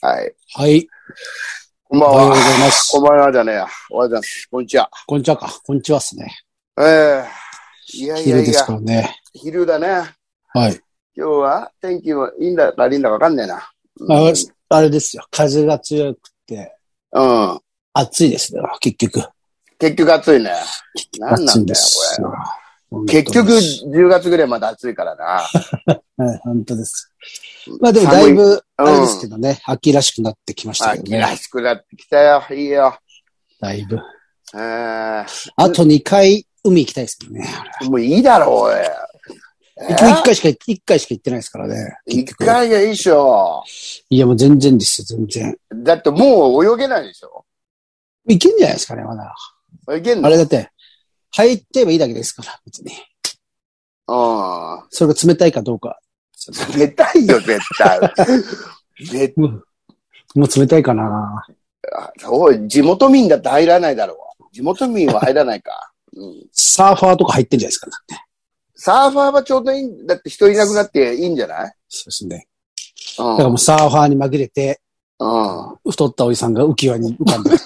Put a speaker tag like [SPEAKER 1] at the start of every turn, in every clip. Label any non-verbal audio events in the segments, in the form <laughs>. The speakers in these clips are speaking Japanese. [SPEAKER 1] はい。
[SPEAKER 2] はい。
[SPEAKER 1] こんばん
[SPEAKER 2] おはようご
[SPEAKER 1] は。
[SPEAKER 2] ざいます
[SPEAKER 1] こん。ばんはじゃねえや。おはようございます。こんにちは。
[SPEAKER 2] こんにちはか。こんにちはっすね。
[SPEAKER 1] ええいやいやい
[SPEAKER 2] 昼で
[SPEAKER 1] や
[SPEAKER 2] すか、らね。
[SPEAKER 1] 昼だね。
[SPEAKER 2] はい。
[SPEAKER 1] 今日は天気もいいんだか悪いんだかわかんねえな。
[SPEAKER 2] ああれですよ。風が強くて、
[SPEAKER 1] うん。うん。
[SPEAKER 2] 暑いですね。結局。
[SPEAKER 1] 結局暑いね。何な
[SPEAKER 2] 暑い
[SPEAKER 1] ん
[SPEAKER 2] ん
[SPEAKER 1] だ
[SPEAKER 2] で
[SPEAKER 1] よ、
[SPEAKER 2] す
[SPEAKER 1] こ
[SPEAKER 2] よ。本当
[SPEAKER 1] れ。
[SPEAKER 2] に
[SPEAKER 1] 結局、10月ぐらいまで暑いからな。
[SPEAKER 2] はい、本当です。まあでもだいぶ、
[SPEAKER 1] 寒い
[SPEAKER 2] あれですけどね、秋らしくなってきましたけど
[SPEAKER 1] 秋ら
[SPEAKER 2] ね。
[SPEAKER 1] しくなってきたよ。いいよ。
[SPEAKER 2] だいぶ。
[SPEAKER 1] ええ
[SPEAKER 2] あと2回海行きたいですけどね。
[SPEAKER 1] もういいだろ、おい。
[SPEAKER 2] 一回一回しか、一回しか行ってないですからね。
[SPEAKER 1] 一回がいいでしょ。
[SPEAKER 2] いやもう全然ですよ、全然。
[SPEAKER 1] だってもう泳げないでしょ。
[SPEAKER 2] いけんじゃないですかね、まだ。
[SPEAKER 1] 泳げんの
[SPEAKER 2] あれだって、入ってればいいだけですから、別に。
[SPEAKER 1] うん。
[SPEAKER 2] それが冷たいかどうか。
[SPEAKER 1] 冷たいよ、絶対。絶
[SPEAKER 2] もう冷たいかな。
[SPEAKER 1] 対そう地元民だって入らないだろう。地元民は入らないか。うん、
[SPEAKER 2] サーファーとか入ってんじゃないですか、だって。
[SPEAKER 1] サーファーはちょうどいいんだって人いなくなっていいんじゃない
[SPEAKER 2] そうですね。
[SPEAKER 1] う
[SPEAKER 2] だからもうサーファーに紛れて、
[SPEAKER 1] ん。うん。
[SPEAKER 2] 太ったおじさんが浮き輪に浮かんでる。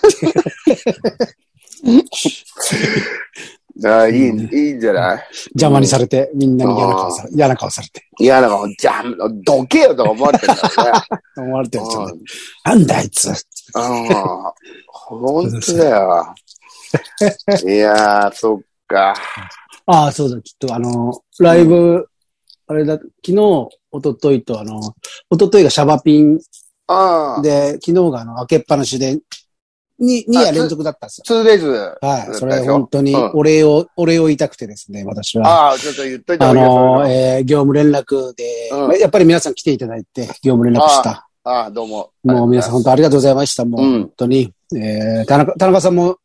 [SPEAKER 1] だからいい、いいんじゃない
[SPEAKER 2] 邪魔にされて、みんなに嫌な顔され、嫌な顔されて。
[SPEAKER 1] いや、なんか、じゃあ、どけよとか思われてんだろ
[SPEAKER 2] 思われてるんですよ
[SPEAKER 1] う
[SPEAKER 2] ね <laughs>
[SPEAKER 1] ね。
[SPEAKER 2] なんだあいつ。
[SPEAKER 1] うん。うん本当だ
[SPEAKER 2] <laughs>
[SPEAKER 1] よ。いやー、そっか。
[SPEAKER 2] ああ、そうだ、きっとあの、ライブ、あれだ、昨日、一昨日とあの、一昨日がシャバピン
[SPEAKER 1] うん。
[SPEAKER 2] で、昨日があの、開けっぱなしで、に、2夜連続だったんですよ。
[SPEAKER 1] ツーデイズ。
[SPEAKER 2] はい。それ
[SPEAKER 1] そうでしょ
[SPEAKER 2] 本当に
[SPEAKER 1] うん
[SPEAKER 2] お礼を、お礼を言いたくてですね、私は。
[SPEAKER 1] ああ、ちょっと言っといた方
[SPEAKER 2] あ
[SPEAKER 1] がいいよ
[SPEAKER 2] のー、えー業務連絡で、
[SPEAKER 1] うん
[SPEAKER 2] まあやっぱり皆さん来ていただいて、業務連絡した。
[SPEAKER 1] ああ、どうも。
[SPEAKER 2] もう皆さん本当ありがとうございました。もう
[SPEAKER 1] うん
[SPEAKER 2] 本当に、えー田中、田中さんも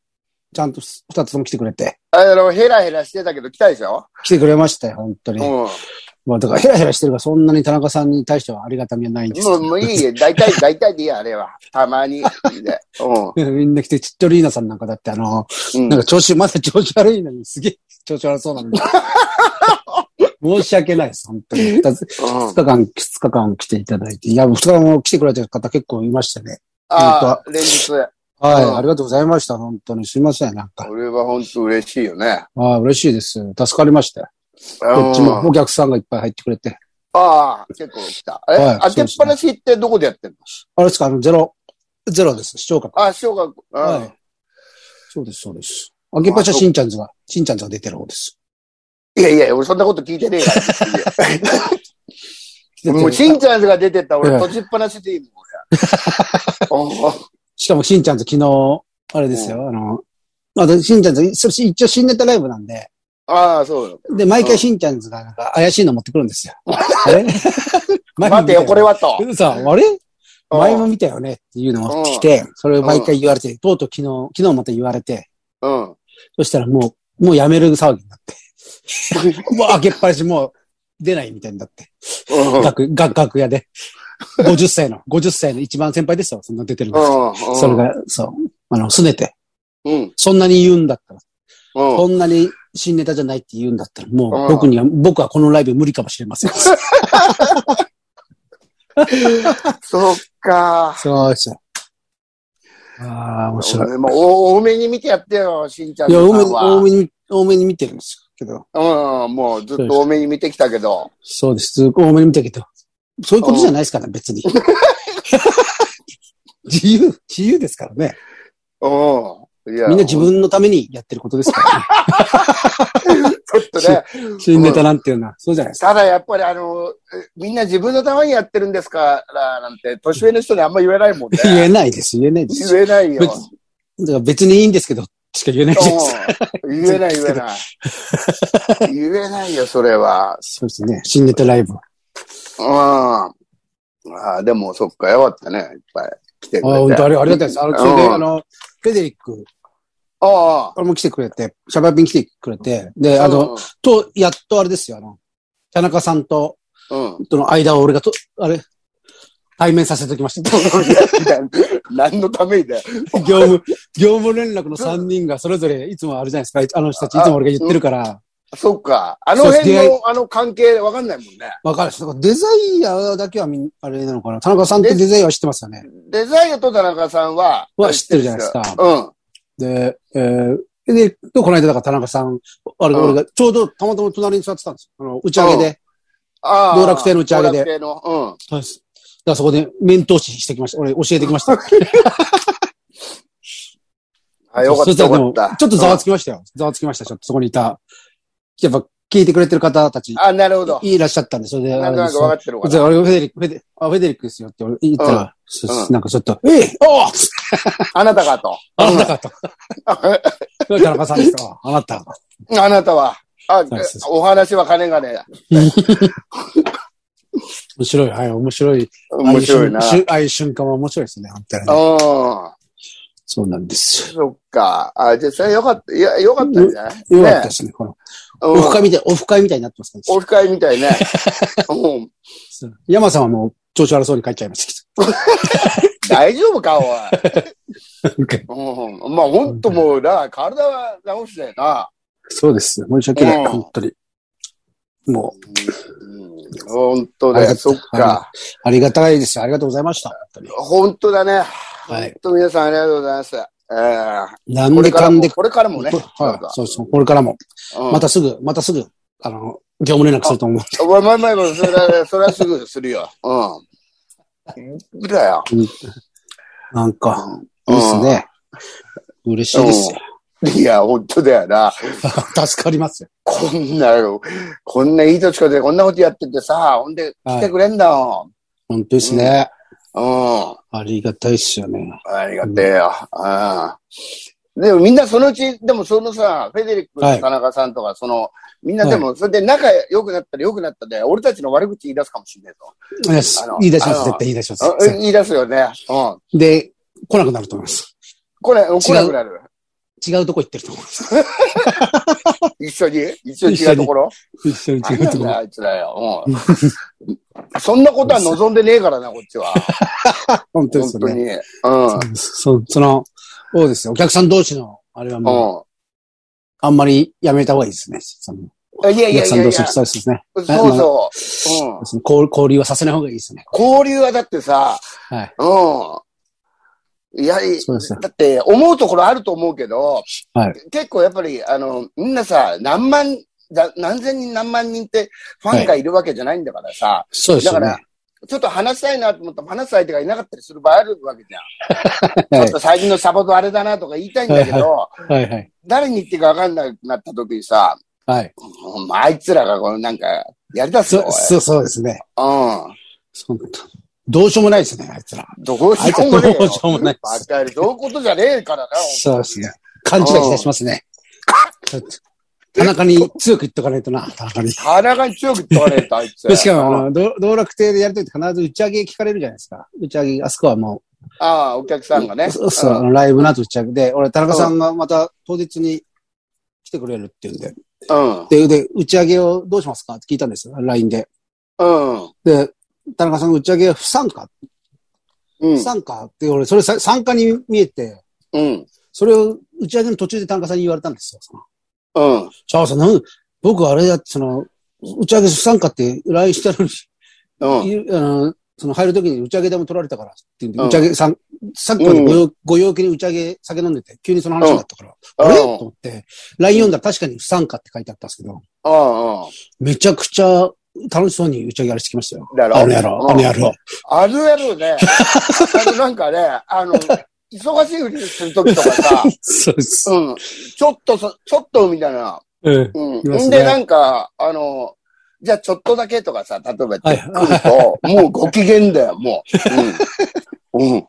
[SPEAKER 2] ちゃんと二つとも来てくれて、
[SPEAKER 1] あの、ヘラヘラしてたけど来たでしょ
[SPEAKER 2] 来てくれましたよ、本当
[SPEAKER 1] う
[SPEAKER 2] に。
[SPEAKER 1] ん。も
[SPEAKER 2] まあだからヘラヘラしてるからそんなに田中さんに対してはありがたみはないんですけ
[SPEAKER 1] う、もういいよ。大体、大体でいいよ、あれは。たまに。いいねう
[SPEAKER 2] どみんな来て、ちっちゃリーナさんなんかだってあの、
[SPEAKER 1] ん。う
[SPEAKER 2] なん
[SPEAKER 1] ん。
[SPEAKER 2] か調子、まだ調子悪いのに、すげえ調子悪そうなんで。申し訳ないです、本当に。二つ二日間、二日間来ていただいて。いや、二日間も来てくれてる方結構いましたね。
[SPEAKER 1] ああ、連日。
[SPEAKER 2] はい、
[SPEAKER 1] うん
[SPEAKER 2] ありがとうございました、本当に。すいません、なんか。
[SPEAKER 1] 俺は本当嬉しいよね。
[SPEAKER 2] ああ、嬉しいです。助かりました
[SPEAKER 1] う
[SPEAKER 2] よ。
[SPEAKER 1] ん
[SPEAKER 2] こっちもお客さんがいっぱい入ってくれて。
[SPEAKER 1] ああ、結構来た。え、
[SPEAKER 2] はい
[SPEAKER 1] 開けっぱなしってどこでやってんの
[SPEAKER 2] あれですか、あの、ゼロ、ゼロです、視聴覚。
[SPEAKER 1] ああ、小学校。うん
[SPEAKER 2] はい。そうです、そうです。あけっぱちはしんちゃんズが、しんちゃんズが出てる方です。
[SPEAKER 1] いやいや、俺そんなこと聞いてねえよ。もう、しんちゃんが出て
[SPEAKER 2] <laughs>
[SPEAKER 1] った俺
[SPEAKER 2] うん
[SPEAKER 1] 閉じっぱなしでいいもん、俺う
[SPEAKER 2] <laughs>
[SPEAKER 1] ん
[SPEAKER 2] しかもしんちゃんズ昨日、あれですよ、あの、まあ、しんちゃんズ、それ一応新ネタライブなんで、
[SPEAKER 1] ああ、そうよ。
[SPEAKER 2] で、毎回しんちゃんズがなんか怪しいの持ってくるんで
[SPEAKER 1] <laughs>
[SPEAKER 2] すよ。あれ <laughs>
[SPEAKER 1] 待てよ、これ。はと。
[SPEAKER 2] 前さあ、あれ
[SPEAKER 1] うん
[SPEAKER 2] 前も見たよねっていうのを持ってきて、それを毎回言われて、とうとう昨日、昨日また言われて、
[SPEAKER 1] うん。
[SPEAKER 2] そしたらもう、もうやめる騒ぎにな
[SPEAKER 1] <laughs>
[SPEAKER 2] って。もう開けっぱなし、もう出ないみたいになって。
[SPEAKER 1] うん。うん。
[SPEAKER 2] 楽、楽、楽屋で。50歳の、50歳の <laughs> 一番先輩ですよ、そんな出てるの。それが、そう、あの、すねて。
[SPEAKER 1] うん。
[SPEAKER 2] そんなに言うんだったら、
[SPEAKER 1] うん。
[SPEAKER 2] そんなに新ネタじゃないって言うんだったら、も
[SPEAKER 1] うん
[SPEAKER 2] う僕には、僕はこのライブ無理かもしれません。 <laughs>
[SPEAKER 1] そっか。
[SPEAKER 2] そうですよ。ああ、面白い。
[SPEAKER 1] もうお多めに見てやってよ、しんちゃん
[SPEAKER 2] いや、
[SPEAKER 1] さん
[SPEAKER 2] 多めに、
[SPEAKER 1] は。
[SPEAKER 2] 多めに、多めに見てるんですよけど。
[SPEAKER 1] うん、もうずっと多めに見てきたけど。
[SPEAKER 2] そうです。ずっと多めに見たけど。そういうことじゃないですから、別に。 <laughs> 自由、自由ですからね。
[SPEAKER 1] うん。いや
[SPEAKER 2] みんな自分のためにやってることですからね。
[SPEAKER 1] ちょっとね、
[SPEAKER 2] 新ネタなんていうのは、そうじゃないですか。
[SPEAKER 1] ただやっぱりあの、えみんな自分のためにやってるんですから、なんて、年上の人にあんま言えないもんね。
[SPEAKER 2] <laughs> 言えないです、言えないです。
[SPEAKER 1] 言えないよ。
[SPEAKER 2] 別だから別にいいんですけど、しか言えないです。
[SPEAKER 1] うん言えない、言えない。言えないよ、それは。
[SPEAKER 2] そうですね。新ネタライブ。あ
[SPEAKER 1] うん。ああ、でも、そっか、よかったね。いっぱい来てくれて。
[SPEAKER 2] 本当ありありがたいです。あの、それで、
[SPEAKER 1] うん
[SPEAKER 2] あの、フェデリック、
[SPEAKER 1] あ
[SPEAKER 2] あれも来てくれて、シャバピン来てくれて、で、
[SPEAKER 1] あ。
[SPEAKER 2] あの、、と、やっとあれですよ、あの、田中さんと、
[SPEAKER 1] うん。
[SPEAKER 2] との間を俺がと、あれ、対面させてきました。
[SPEAKER 1] <laughs> 何のためにだよ。
[SPEAKER 2] 業務、業務連絡の3人がそれぞれいつもあるじゃないですか。あの人たちいつも俺が言ってるから、
[SPEAKER 1] そっか。あの辺
[SPEAKER 2] そう出会
[SPEAKER 1] の、あの関係わかんないもんね。
[SPEAKER 2] わかるし、だからデザイヤーだけはみん、あれなのかな。田中さんってデザイヤーは知ってますよね。
[SPEAKER 1] デザイアと田中さんは、
[SPEAKER 2] は知ってるじゃないですか。
[SPEAKER 1] うん。
[SPEAKER 2] で、えーで、でこの間、だから田中さん、あれ、
[SPEAKER 1] うん
[SPEAKER 2] 俺が、ちょうどたまたま隣に座ってたんですよ。あの、打ち上げで。
[SPEAKER 1] ああ。
[SPEAKER 2] 道楽亭の打ち上げで
[SPEAKER 1] 道楽亭の、
[SPEAKER 2] そうです。だからそこで面通ししてきました。俺、教えてきました。
[SPEAKER 1] うん。あ、よか
[SPEAKER 2] そ
[SPEAKER 1] っ、
[SPEAKER 2] した
[SPEAKER 1] よ
[SPEAKER 2] たらで
[SPEAKER 1] かっ
[SPEAKER 2] も、
[SPEAKER 1] た。
[SPEAKER 2] ちょっとざわつきましたよ。ざわつきました。ちょっとそこにいた。やっぱ、聞いてくれてる方たち
[SPEAKER 1] う、んあ、なるほど。
[SPEAKER 2] いらっしゃったんで、それ
[SPEAKER 1] な
[SPEAKER 2] で、
[SPEAKER 1] んと
[SPEAKER 2] あれ
[SPEAKER 1] な
[SPEAKER 2] です
[SPEAKER 1] くわかってるわ。
[SPEAKER 2] じゃあ、俺、フェデリック、フェデあフェデリックですよって俺言ったら、そ
[SPEAKER 1] うん
[SPEAKER 2] なんかちょっと、ええおー
[SPEAKER 1] あなたかと。 <laughs>
[SPEAKER 2] あなたかと。田中さんですかあなた。
[SPEAKER 1] あなたは、あ
[SPEAKER 2] そうそう、そ
[SPEAKER 1] お話は金がね
[SPEAKER 2] 面白い、はい、面白い。
[SPEAKER 1] 面白いな。
[SPEAKER 2] ああう
[SPEAKER 1] う
[SPEAKER 2] 瞬ああいう瞬間は面白いですね、本当にね
[SPEAKER 1] ん。
[SPEAKER 2] そうなんです
[SPEAKER 1] そっか。あ、じゃあそれよかった、いや、よかったんじゃない
[SPEAKER 2] よ。よかった
[SPEAKER 1] ね
[SPEAKER 2] ですね、この、
[SPEAKER 1] う
[SPEAKER 2] オ
[SPEAKER 1] ん
[SPEAKER 2] フ会みたい、オフ会みたいになってますから
[SPEAKER 1] オフ会みたい
[SPEAKER 2] <laughs>
[SPEAKER 1] ね。うん
[SPEAKER 2] そう山さんはもう、調子悪そうに帰っちゃいまし
[SPEAKER 1] 大丈夫か、おい。
[SPEAKER 2] たけど。
[SPEAKER 1] うん、まあ、ほんともう、な、体は直してよな。
[SPEAKER 2] そうですよ。申し訳ない、
[SPEAKER 1] うん
[SPEAKER 2] 本当に。もう、
[SPEAKER 1] うん、ほんと
[SPEAKER 2] あ
[SPEAKER 1] ね、
[SPEAKER 2] りがと
[SPEAKER 1] そ
[SPEAKER 2] う
[SPEAKER 1] っ
[SPEAKER 2] は
[SPEAKER 1] か。
[SPEAKER 2] ありがたいですよ。ありがとうございました。本当に。
[SPEAKER 1] ほんとだね。
[SPEAKER 2] はい
[SPEAKER 1] ほんと皆さんありがとうございます。え
[SPEAKER 2] なん
[SPEAKER 1] ー、こ
[SPEAKER 2] で
[SPEAKER 1] れか
[SPEAKER 2] からん
[SPEAKER 1] も、
[SPEAKER 2] で、
[SPEAKER 1] これからもね。
[SPEAKER 2] はい、そうそう、これからも。
[SPEAKER 1] うん
[SPEAKER 2] またすぐ、またすぐ、あの、業務連絡すると思う。
[SPEAKER 1] お前、前も、それは、それはすぐするよ。うん。だよ。
[SPEAKER 2] なんか、
[SPEAKER 1] う
[SPEAKER 2] い
[SPEAKER 1] ん
[SPEAKER 2] いっすね。嬉しいですよ。
[SPEAKER 1] いや、ほんとだよな。
[SPEAKER 2] <laughs> 助かりますよ。
[SPEAKER 1] こんなの、こんないい年こでこんなことやっててさ、ほんで来てくれんだも
[SPEAKER 2] 本当ですね。
[SPEAKER 1] ん。うん。
[SPEAKER 2] ありがたいっすよね。
[SPEAKER 1] ありがてえよ。うん。でもみんなそのうち、でもそのさ、フェデリック
[SPEAKER 2] は
[SPEAKER 1] の
[SPEAKER 2] い
[SPEAKER 1] 田中さんとか、その、みんなでも、それで仲良くなったら良くなったで、俺たちの悪口言い出すかもしれないぞ。
[SPEAKER 2] いやす
[SPEAKER 1] あの
[SPEAKER 2] 言い出しま
[SPEAKER 1] あ
[SPEAKER 2] す。
[SPEAKER 1] の
[SPEAKER 2] 絶対言い出しま
[SPEAKER 1] あ
[SPEAKER 2] す。
[SPEAKER 1] 言い出すよね。うん。
[SPEAKER 2] で、来なくなると思います。
[SPEAKER 1] これ、来なくなる。
[SPEAKER 2] 違うとこ行ってると思
[SPEAKER 1] <laughs>
[SPEAKER 2] います。
[SPEAKER 1] 一緒に一緒に違うところ
[SPEAKER 2] 一緒に
[SPEAKER 1] 何
[SPEAKER 2] 違う
[SPEAKER 1] な
[SPEAKER 2] と
[SPEAKER 1] ん
[SPEAKER 2] こ
[SPEAKER 1] だよ、あいつらよ。うん。そんなことは望んでねえからな、こっちは。
[SPEAKER 2] 本当で
[SPEAKER 1] 本
[SPEAKER 2] すよ
[SPEAKER 1] 当
[SPEAKER 2] ね。
[SPEAKER 1] に。うん。
[SPEAKER 2] そ、その、そうですよ。お客さん同士の、あれはもう、
[SPEAKER 1] う
[SPEAKER 2] あんまりやめた方がいいですね。その
[SPEAKER 1] ん。いや
[SPEAKER 2] お
[SPEAKER 1] いや
[SPEAKER 2] 客
[SPEAKER 1] いや
[SPEAKER 2] さん
[SPEAKER 1] い
[SPEAKER 2] 同
[SPEAKER 1] や。
[SPEAKER 2] 士のそうですね。
[SPEAKER 1] そう
[SPEAKER 2] あま
[SPEAKER 1] そう。うん。
[SPEAKER 2] その交交流はさせない方がいいですね。
[SPEAKER 1] 交流はだってさ、
[SPEAKER 2] はい
[SPEAKER 1] うん。いや、
[SPEAKER 2] そうですよ
[SPEAKER 1] だって思うところあると思うけど、
[SPEAKER 2] はい
[SPEAKER 1] 結構やっぱり、あの、みんなさ、何万、だ何千人何万人ってファンがいるわけじゃないんだからさ、
[SPEAKER 2] そうですよね。
[SPEAKER 1] だちょっと話したいなと思ったら話す相手がいなかったりする場合あるわけじゃん。
[SPEAKER 2] <laughs> は
[SPEAKER 1] ちょっと最近のサポートあれだなとか言いたいんだけど、
[SPEAKER 2] い。はいはい。
[SPEAKER 1] 誰に言っていいかわかんなくなった時にさ、
[SPEAKER 2] はい。
[SPEAKER 1] うんあいつらがこのなんか、やりだすよ、
[SPEAKER 2] そ、 <laughs> そう、そうですね。
[SPEAKER 1] おいうん。
[SPEAKER 2] そうどうしようもないですね、あいつら。
[SPEAKER 1] どうしようもねえよ。
[SPEAKER 2] どうしようもない
[SPEAKER 1] バカやりそういうことじゃねえからな、
[SPEAKER 2] そうですね。勘違いいたしますね。ちょっと田中に強く言っとかないとな、田中に。
[SPEAKER 1] 体に強く取られた、あいつ。
[SPEAKER 2] しかも、
[SPEAKER 1] あ
[SPEAKER 2] あの、道道楽亭でやるときって必ず打ち上げ聞かれるじゃないですか。打ち上げ、あそこはも
[SPEAKER 1] あ、お客さんがね。
[SPEAKER 2] う、そうそう、
[SPEAKER 1] ん
[SPEAKER 2] あのライブの後打ち上げで、俺、田中さんがまた当日に来てくれるっていうんで。
[SPEAKER 1] うん。
[SPEAKER 2] で、で、打ち上げをどうしますかって聞いたんですよ、LINE で。
[SPEAKER 1] うん。
[SPEAKER 2] で、田中さんの打ち上げは不参加、
[SPEAKER 1] う
[SPEAKER 2] 不
[SPEAKER 1] ん。
[SPEAKER 2] 参加って、俺、それさ参加に見えて、
[SPEAKER 1] うん。
[SPEAKER 2] それを打ち上げの途中で田中さんに言われたんですよ。その
[SPEAKER 1] うん。
[SPEAKER 2] じゃあさ、なん、僕あれだって、その、打ち上げ不参加って依頼したの
[SPEAKER 1] うん。
[SPEAKER 2] に、いあの、その入るときに打ち上げでも取られたからっていうんで、
[SPEAKER 1] うん
[SPEAKER 2] 打ち上げさん、さっきまでご用、ご陽気に打ち上げ酒飲んでて、急にその話になったから、あれと思って、LINE 読んだら確かに不参加って書いてあったんですけど、
[SPEAKER 1] うん。うん。
[SPEAKER 2] めちゃくちゃ楽しそうに打ち上げあれしてきましたよ。
[SPEAKER 1] だろ
[SPEAKER 2] あの野郎、あの野郎。
[SPEAKER 1] あの野郎ね。あの、なんかね、あの、忙しいふりするときとかさ、
[SPEAKER 2] <laughs> そうです。
[SPEAKER 1] うん。ちょっとそ、ちょっと、みたいな。
[SPEAKER 2] うん。
[SPEAKER 1] うん
[SPEAKER 2] い。ます
[SPEAKER 1] ん
[SPEAKER 2] ね
[SPEAKER 1] で、なんか、あの、じゃあちょっとだけとかさ、例えば
[SPEAKER 2] はい
[SPEAKER 1] 来ると、もうご機嫌だよ、もう。
[SPEAKER 2] <laughs>
[SPEAKER 1] うん。うん。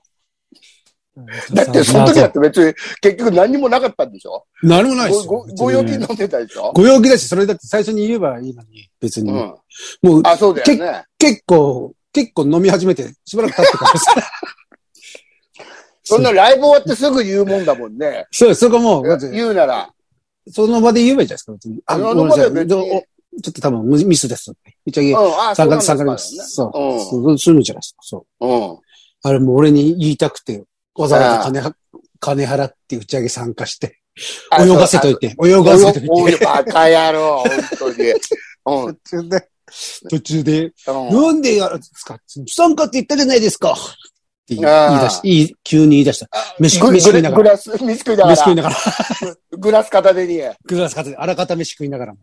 [SPEAKER 1] だって、その時だって別に、結局何にもなかったんでしょ
[SPEAKER 2] 何もないですよ。
[SPEAKER 1] ご、ご、ご用金飲んでたでしょ
[SPEAKER 2] ご陽気だし、それだって最初に言えばいいのに、別に。
[SPEAKER 1] うん。
[SPEAKER 2] もう、
[SPEAKER 1] あ、そうだよね。
[SPEAKER 2] 結構、結構飲み始めて、しばらく経ってからです。
[SPEAKER 1] そんなライブ終わってすぐ言うもんだもんね。
[SPEAKER 2] そうです。そこもう、だって
[SPEAKER 1] 言うなら。
[SPEAKER 2] その場で言えばいいじゃないですか、別に。
[SPEAKER 1] あ
[SPEAKER 2] ごめんなさい
[SPEAKER 1] その場では別に
[SPEAKER 2] どうおちょっと多分ミスです。打ち上
[SPEAKER 1] う
[SPEAKER 2] げ
[SPEAKER 1] ん、あ、
[SPEAKER 2] 参加、
[SPEAKER 1] そう
[SPEAKER 2] 参
[SPEAKER 1] な
[SPEAKER 2] 加
[SPEAKER 1] ん
[SPEAKER 2] で
[SPEAKER 1] だ
[SPEAKER 2] す。そう
[SPEAKER 1] う。ん
[SPEAKER 2] そう、そういうのじゃないですか。そう。
[SPEAKER 1] うん。
[SPEAKER 2] あれもう俺に言いたくて、わざわざ金は、金払って打ち上げ参加して、泳がせとい
[SPEAKER 1] て。
[SPEAKER 2] て、泳がせとい
[SPEAKER 1] お
[SPEAKER 2] て。
[SPEAKER 1] い、バカ野郎、本当に。
[SPEAKER 2] <laughs> 途中で、途中で、
[SPEAKER 1] うん。うん。
[SPEAKER 2] なんでやるんですか不参加って言ったじゃないですかって言い
[SPEAKER 1] あー
[SPEAKER 2] 言い出した。いい急に言い出した。飯食い飯食いなが
[SPEAKER 1] グ
[SPEAKER 2] ら。
[SPEAKER 1] ラス、飯食いなが
[SPEAKER 2] 飯食い
[SPEAKER 1] ら。
[SPEAKER 2] ながら。 <laughs>
[SPEAKER 1] グラス片手に。
[SPEAKER 2] グラス片手、あらかた飯食いながらも。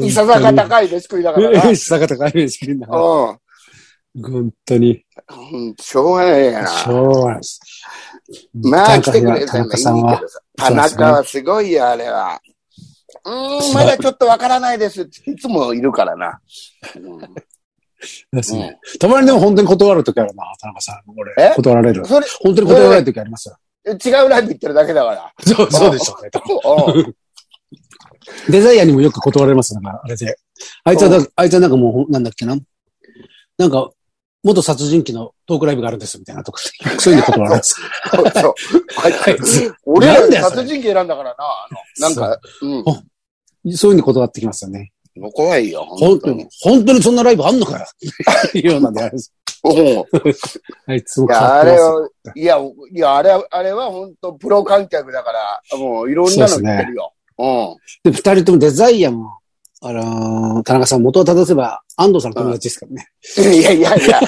[SPEAKER 1] いささが高い飯食いながらな。
[SPEAKER 2] <laughs> い。いさが高い飯食いながら。
[SPEAKER 1] うん
[SPEAKER 2] 本当に。
[SPEAKER 1] うん。しょうがないやな。
[SPEAKER 2] しょうがないです。
[SPEAKER 1] まあ、来てくれ
[SPEAKER 2] 田
[SPEAKER 1] たらいい
[SPEAKER 2] 中
[SPEAKER 1] け
[SPEAKER 2] さんは
[SPEAKER 1] どさ。田中はすごいよ、あれは。うーん、まだちょっとわからないですっていつもいるからな。うん
[SPEAKER 2] ですね。たまにでも本当に断るときあるな、田中さん。俺
[SPEAKER 1] え、
[SPEAKER 2] 断られる。
[SPEAKER 1] それ、
[SPEAKER 2] 本当に断られるときありますよ。
[SPEAKER 1] 違うライブ行ってるだけだから。
[SPEAKER 2] そう、そうでしょうね。
[SPEAKER 1] うん
[SPEAKER 2] デザイアにもよく断られます、なんか、あれで。あいつはだ、あいつはなんかもう、なんだっけな。なんか、元殺人鬼のトークライブがあるんです、みたいなとか。そういうの断られます。
[SPEAKER 1] そう
[SPEAKER 2] <laughs>
[SPEAKER 1] そう。
[SPEAKER 2] あいつ
[SPEAKER 1] 俺
[SPEAKER 2] なんだ
[SPEAKER 1] ら
[SPEAKER 2] よそれ
[SPEAKER 1] 殺人鬼選んだからな。あのなんか、うん。
[SPEAKER 2] そういうの断ってきますよね。
[SPEAKER 1] もう怖いよ、
[SPEAKER 2] 本
[SPEAKER 1] 本
[SPEAKER 2] 当
[SPEAKER 1] 当
[SPEAKER 2] に
[SPEAKER 1] に。、
[SPEAKER 2] 本当にそんなライブあんのかよ <laughs> っていうようなんであれです。
[SPEAKER 1] うん
[SPEAKER 2] あいつも
[SPEAKER 1] い
[SPEAKER 2] 変
[SPEAKER 1] や、
[SPEAKER 2] わ
[SPEAKER 1] あ
[SPEAKER 2] って
[SPEAKER 1] れ
[SPEAKER 2] ますよ
[SPEAKER 1] は、いや、いや、あれは、あれは本当プロ観客だから、もういろんなの言ってるよ。うん。
[SPEAKER 2] で、二人ともデザイアも、あのー田中さん元を正せば、安藤さんの友達ですからね。
[SPEAKER 1] いやいやい <laughs> や、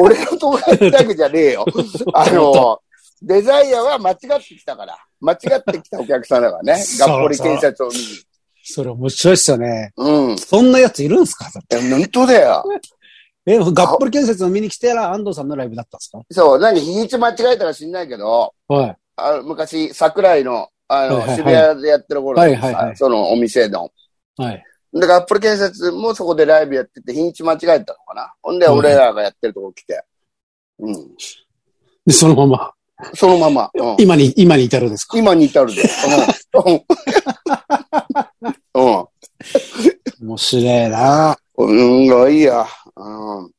[SPEAKER 1] 俺の友達だけじゃね
[SPEAKER 2] <laughs>
[SPEAKER 1] えよ。あの、デザイアは間違ってきたから。間違ってきたお客さんだからね。
[SPEAKER 2] そうそう
[SPEAKER 1] がっぽり警察を見に。
[SPEAKER 2] それ面白いっすよね。
[SPEAKER 1] うん。
[SPEAKER 2] そんなやついるんですかだって
[SPEAKER 1] え本当だよ。
[SPEAKER 2] え、がっぽり建設を見に来てやら安藤さんのライブだったんですか
[SPEAKER 1] そう、何、日にち間違えたか知んないけど、
[SPEAKER 2] はい。
[SPEAKER 1] あの昔、桜井の、あの、
[SPEAKER 2] はいはいはい
[SPEAKER 1] 渋谷でやってる頃
[SPEAKER 2] は
[SPEAKER 1] の
[SPEAKER 2] いはいはい
[SPEAKER 1] そのお店の。
[SPEAKER 2] はい。
[SPEAKER 1] で、がっぽり警察もそこでライブやってて、日にち間違えたのかな。ほんで、
[SPEAKER 2] はい
[SPEAKER 1] 俺らがやってるとこ来て。うん。
[SPEAKER 2] で、そのまま、
[SPEAKER 1] そのまま。うん
[SPEAKER 2] 今に、今に至るんですか
[SPEAKER 1] 今に至るで。うん。うん。
[SPEAKER 2] 面白いな
[SPEAKER 1] うん、すごいや。うん。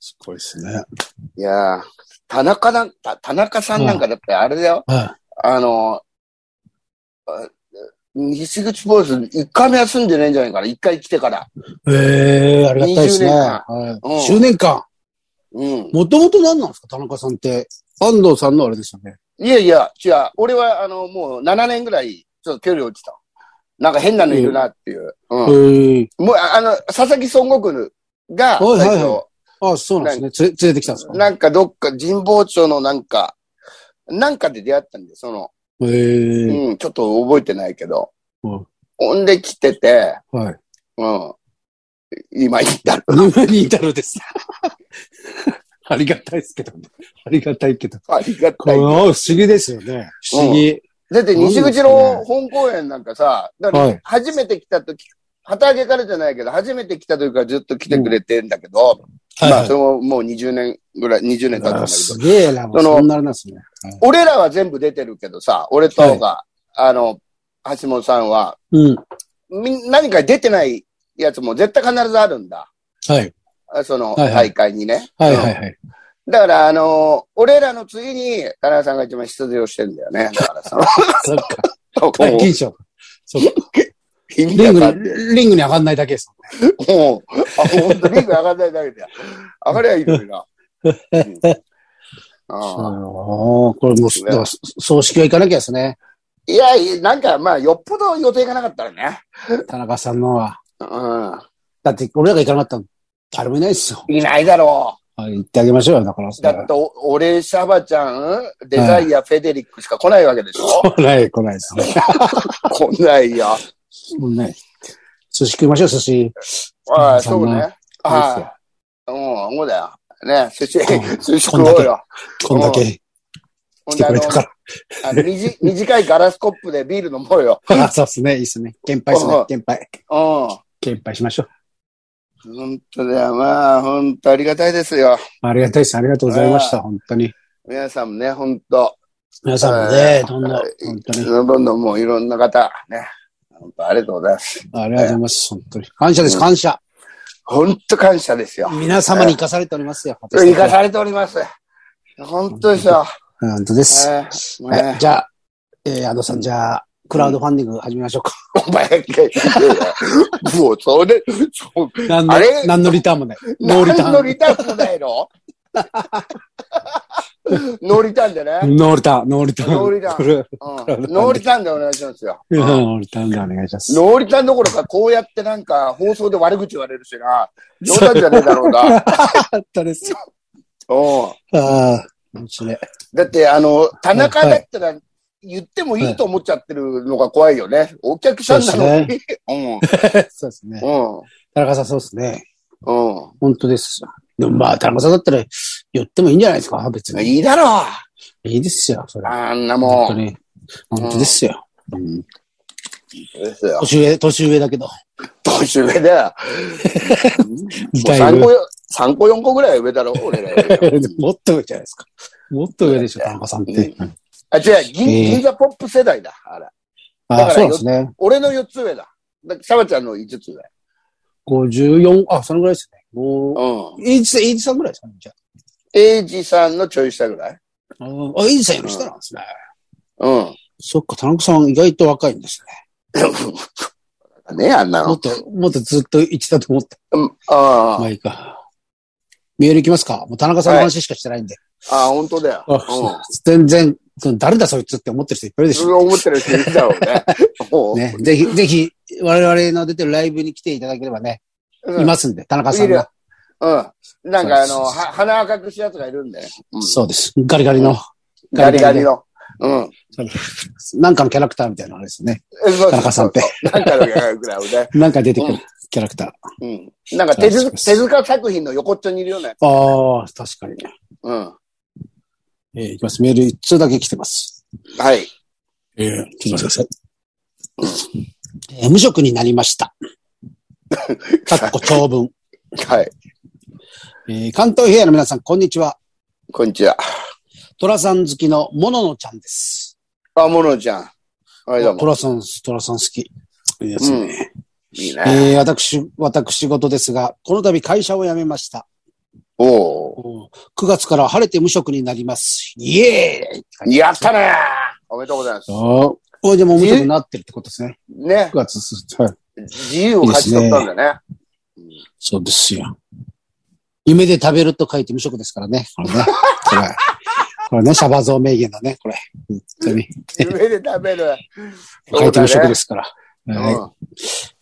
[SPEAKER 2] すごいですね。
[SPEAKER 1] いやー田中なん、た田中さんなんかだってあれだよ。
[SPEAKER 2] は
[SPEAKER 1] あの、あ西口ボイス一回も休んでないんじゃないかな。一回来てから。
[SPEAKER 2] い。ええー、ありがたいです
[SPEAKER 1] 20
[SPEAKER 2] ね。
[SPEAKER 1] 年
[SPEAKER 2] はい。
[SPEAKER 1] うん
[SPEAKER 2] 10年間。
[SPEAKER 1] うん。
[SPEAKER 2] もともと何なんですか田中さんって。安藤さんのあれですよね。
[SPEAKER 1] いやいや、違う。俺は、あの、もう7年ぐらい、ちょっと距離落ちた。なんか変なのいるなっていう。うん。
[SPEAKER 2] へえ。
[SPEAKER 1] もう、ああの、佐々木孫悟空が、
[SPEAKER 2] はいはいは
[SPEAKER 1] 最
[SPEAKER 2] い
[SPEAKER 1] 初
[SPEAKER 2] あ、そうなんですね。連れ連れてきたんですか
[SPEAKER 1] なんかどっか神保町のなんか、なんかで出会ったんで、その、
[SPEAKER 2] へ
[SPEAKER 1] う
[SPEAKER 2] え。
[SPEAKER 1] ん、ちょっと覚えてないけど。
[SPEAKER 2] うん
[SPEAKER 1] ほんで来てて、
[SPEAKER 2] はい。
[SPEAKER 1] うん。今言ったら、
[SPEAKER 2] 今に至るです。 <laughs> ありがたいですけどね。ありがたいけど。
[SPEAKER 1] ありが
[SPEAKER 2] こ
[SPEAKER 1] た
[SPEAKER 2] れ、
[SPEAKER 1] い
[SPEAKER 2] 不。思議ですよね。不思議。
[SPEAKER 1] だって西口の本公演なんかさ、だか
[SPEAKER 2] はい
[SPEAKER 1] ら初めて来た時、旗揚げからじゃないけど、初めて来た時からずっと来てくれてんだけど、まあ、それももう20年ぐらい、20年経ったんだ
[SPEAKER 2] あ
[SPEAKER 1] け
[SPEAKER 2] す
[SPEAKER 1] ど、
[SPEAKER 2] げえな、もう
[SPEAKER 1] その
[SPEAKER 2] そんなあれなんですね。
[SPEAKER 1] 俺らは全部出てるけどさ、俺とが、あの、橋本さんは、
[SPEAKER 2] うん。
[SPEAKER 1] みん何か出てないやつも絶対必ずあるんだ。
[SPEAKER 2] はい。
[SPEAKER 1] あその
[SPEAKER 2] はいはい
[SPEAKER 1] 大会にね。
[SPEAKER 2] はいはいはい。
[SPEAKER 1] だから、あの俺らの次に、田中さんが一番出場してんだよね。だからその、
[SPEAKER 2] そっか。皆勤賞。そうか
[SPEAKER 1] 意
[SPEAKER 2] リ
[SPEAKER 1] 味
[SPEAKER 2] ン
[SPEAKER 1] わかんない
[SPEAKER 2] グに、リングに上がんないだけですもんね。
[SPEAKER 1] もう、あ、ほんと、リング上がんないだけだよ。上がりゃいいのにな。うんああ
[SPEAKER 2] ああ、これもう、だからそ葬式は行かなきゃですね。
[SPEAKER 1] いや、いなんか、まあ、よっぽど予定がなかったらね。
[SPEAKER 2] 田中さんのは。
[SPEAKER 1] う
[SPEAKER 2] だって、俺らが行かなかったら、誰もいないですよ。
[SPEAKER 1] ん。いないだろ
[SPEAKER 2] はい、行ってあげましょうよ、だから。
[SPEAKER 1] う。だって、お俺、シャバちゃん、デザイア、フェデリックしか来ないわけでし
[SPEAKER 2] <laughs>
[SPEAKER 1] ょ
[SPEAKER 2] <laughs> 来ない、来ないですね。
[SPEAKER 1] 来ないよ。
[SPEAKER 2] もうね、寿司食いましょう、寿司。
[SPEAKER 1] ああ、
[SPEAKER 2] そ
[SPEAKER 1] そ
[SPEAKER 2] ん
[SPEAKER 1] う
[SPEAKER 2] な
[SPEAKER 1] ね。
[SPEAKER 2] です
[SPEAKER 1] ああ、うん、そうだよ。ね、寿司
[SPEAKER 2] うん、
[SPEAKER 1] 寿司食おうよ。
[SPEAKER 2] よ。こんだけ
[SPEAKER 1] ほ
[SPEAKER 2] 来
[SPEAKER 1] ん
[SPEAKER 2] て
[SPEAKER 1] であ
[SPEAKER 2] く
[SPEAKER 1] の
[SPEAKER 2] れたか
[SPEAKER 1] あの短短いガラスコップでビール飲もうよ。
[SPEAKER 2] ら。 <laughs> そうですね、いいですね。乾杯です
[SPEAKER 1] う
[SPEAKER 2] ね
[SPEAKER 1] ん、
[SPEAKER 2] 乾杯。
[SPEAKER 1] う
[SPEAKER 2] 乾杯しましょう。
[SPEAKER 1] ん。本当だよ。まあ、本当ありがたいですよ。
[SPEAKER 2] ありがたいです。ありがとうございました、本当に。
[SPEAKER 1] 皆さんもね、本当
[SPEAKER 2] 皆さんも
[SPEAKER 1] は
[SPEAKER 2] ね、
[SPEAKER 1] い
[SPEAKER 2] どんどん、
[SPEAKER 1] はい
[SPEAKER 2] 本当に。
[SPEAKER 1] どんどんもういろんな方、ね。本当ありがとうございます。
[SPEAKER 2] ありがとうございます、本当に。感謝です、
[SPEAKER 1] うん
[SPEAKER 2] 感謝。
[SPEAKER 1] 本当感謝ですよ。
[SPEAKER 2] 皆様に生かされておりますよ。
[SPEAKER 1] 生かされております。本当ですよ。
[SPEAKER 2] 本当です。
[SPEAKER 1] えー
[SPEAKER 2] はい
[SPEAKER 1] ね
[SPEAKER 2] じゃあ、えー、安藤さん、じゃあ、クラウドファンディング始めましょうか。
[SPEAKER 1] お前が言うよもう、そ <laughs> れ、そう
[SPEAKER 2] 何の
[SPEAKER 1] あれ、 <laughs>
[SPEAKER 2] 何のリターンもない。ノーリタ
[SPEAKER 1] 何
[SPEAKER 2] ー
[SPEAKER 1] の
[SPEAKER 2] ン。
[SPEAKER 1] リターンもないのノーリターンでね。
[SPEAKER 2] ノーリターン、ノーリターン。
[SPEAKER 1] ノーリターン
[SPEAKER 2] これ
[SPEAKER 1] うんノーリターンでお願いしますよ。
[SPEAKER 2] うん <laughs> ノーリターンでお願いします。
[SPEAKER 1] ノーリターンどころか、こうやってなんか、放送で悪口言われるしな。冗談じゃねえだろうが。 <laughs>
[SPEAKER 2] あったですよ。
[SPEAKER 1] うん
[SPEAKER 2] ああ、面白い。 <laughs>
[SPEAKER 1] だって、あの、田中だったら、言ってもいいと思っちゃってるのが怖いよね。お客さんなのに。
[SPEAKER 2] そうです
[SPEAKER 1] <laughs>
[SPEAKER 2] ね
[SPEAKER 1] う。ん。
[SPEAKER 2] 田中さんそうですね。
[SPEAKER 1] うん。う
[SPEAKER 2] 本当です。でもまあ、田中さんだったら、寄ってもいいんじゃないですか、別
[SPEAKER 1] ん。
[SPEAKER 2] に。
[SPEAKER 1] いいだろ
[SPEAKER 2] いいですよ、それ
[SPEAKER 1] う。あんな
[SPEAKER 2] 本
[SPEAKER 1] も
[SPEAKER 2] 当
[SPEAKER 1] ん。
[SPEAKER 2] に。本当ですよ。うん
[SPEAKER 1] そうですよ。
[SPEAKER 2] 年上、年上だけど。
[SPEAKER 1] 年上だよ。もう
[SPEAKER 2] だい
[SPEAKER 1] 3
[SPEAKER 2] ぶ
[SPEAKER 1] 個、3個4個ぐらい上だろ、俺らより。
[SPEAKER 2] <laughs> もっと上じゃないですか。もっと上でしょ、田中さんって。
[SPEAKER 1] あ、違う、銀
[SPEAKER 2] えー
[SPEAKER 1] 銀座ポップ世代だ。あら。
[SPEAKER 2] ああ、
[SPEAKER 1] だから
[SPEAKER 2] そうなんですね。
[SPEAKER 1] 俺の4つ上だ。だサバちゃんの5つ上。
[SPEAKER 2] 54、あ、そのぐらいですね。も
[SPEAKER 1] うん。
[SPEAKER 2] う、エイジさん、エイジさんぐらいですかね、じゃ
[SPEAKER 1] エイジさんのちょい下ぐらい。
[SPEAKER 2] あ。あ、エイジさんより下なんですね。
[SPEAKER 1] うん。
[SPEAKER 2] そっか、田中さん意外と若いんです
[SPEAKER 1] ねあんな
[SPEAKER 2] ね。も
[SPEAKER 1] の
[SPEAKER 2] っ。と、もっとずっと言ってたと思った。
[SPEAKER 1] うんああ
[SPEAKER 2] まあいいか。メール行きますかもう田中さんの話しかしてないんで。
[SPEAKER 1] ああ、本当だよ。
[SPEAKER 2] あ全然、その誰だそいつって思ってる人いっぱいいるでし
[SPEAKER 1] そ
[SPEAKER 2] ょ。
[SPEAKER 1] れ思ってる人いるだろうね。もう
[SPEAKER 2] <laughs> ね、ぜひ、ぜひ、我々の出てるライブに来ていただければね、
[SPEAKER 1] うん
[SPEAKER 2] いますんで、田中さん
[SPEAKER 1] いる
[SPEAKER 2] が
[SPEAKER 1] よ。うん。なんかあ
[SPEAKER 2] そ
[SPEAKER 1] の、
[SPEAKER 2] う
[SPEAKER 1] は
[SPEAKER 2] そうそう
[SPEAKER 1] 鼻赤くしたやつがいるんだよ。うん
[SPEAKER 2] そうです。ガリガリの、
[SPEAKER 1] ガリガリの。うん。
[SPEAKER 2] なんかのキャラクターみたいなのあれですよね。
[SPEAKER 1] えそうそうそう
[SPEAKER 2] 田中さんって。
[SPEAKER 1] なんかのぐらいね。
[SPEAKER 2] なんか出てく
[SPEAKER 1] う
[SPEAKER 2] るキャラクター。
[SPEAKER 1] うん。なんか手
[SPEAKER 2] そう
[SPEAKER 1] 塚
[SPEAKER 2] そうそう
[SPEAKER 1] 手塚作品の横っちょにいるよね。
[SPEAKER 2] ああ、確かに。
[SPEAKER 1] うん。
[SPEAKER 2] えーいきます。メール一通だけ来てます。
[SPEAKER 1] はい。
[SPEAKER 2] ええちょっと待ってください。えー無職になりました。
[SPEAKER 1] <laughs>
[SPEAKER 2] かっこ長文。
[SPEAKER 1] はい。
[SPEAKER 2] えー関東平野の皆さん、こんにちは。
[SPEAKER 1] こんにちは。
[SPEAKER 2] トラさん好きのモノノちゃんです。
[SPEAKER 1] あ、モノちゃん。はい、どう
[SPEAKER 2] ト
[SPEAKER 1] も。
[SPEAKER 2] ラさん、トラさん好き。いいですね。
[SPEAKER 1] いいね。
[SPEAKER 2] えー私、私事ですが、この度会社を辞めました。
[SPEAKER 1] お
[SPEAKER 2] 9月から晴れて無職になります。イエーイ
[SPEAKER 1] お。やったねおめでとうございます。
[SPEAKER 2] おおでも無職になってるってことですね。
[SPEAKER 1] ね。
[SPEAKER 2] 9月す、はい。
[SPEAKER 1] 自由を勝ち取ったんだね。
[SPEAKER 2] そうですよ。夢で食べると書いて無職ですからね。これね。
[SPEAKER 1] <laughs>
[SPEAKER 2] これ。これね、シャバ像名言だね、これ。本当に。
[SPEAKER 1] 夢で食
[SPEAKER 2] <laughs>
[SPEAKER 1] べる。。
[SPEAKER 2] 書いて無職ですすから。
[SPEAKER 1] うん
[SPEAKER 2] はい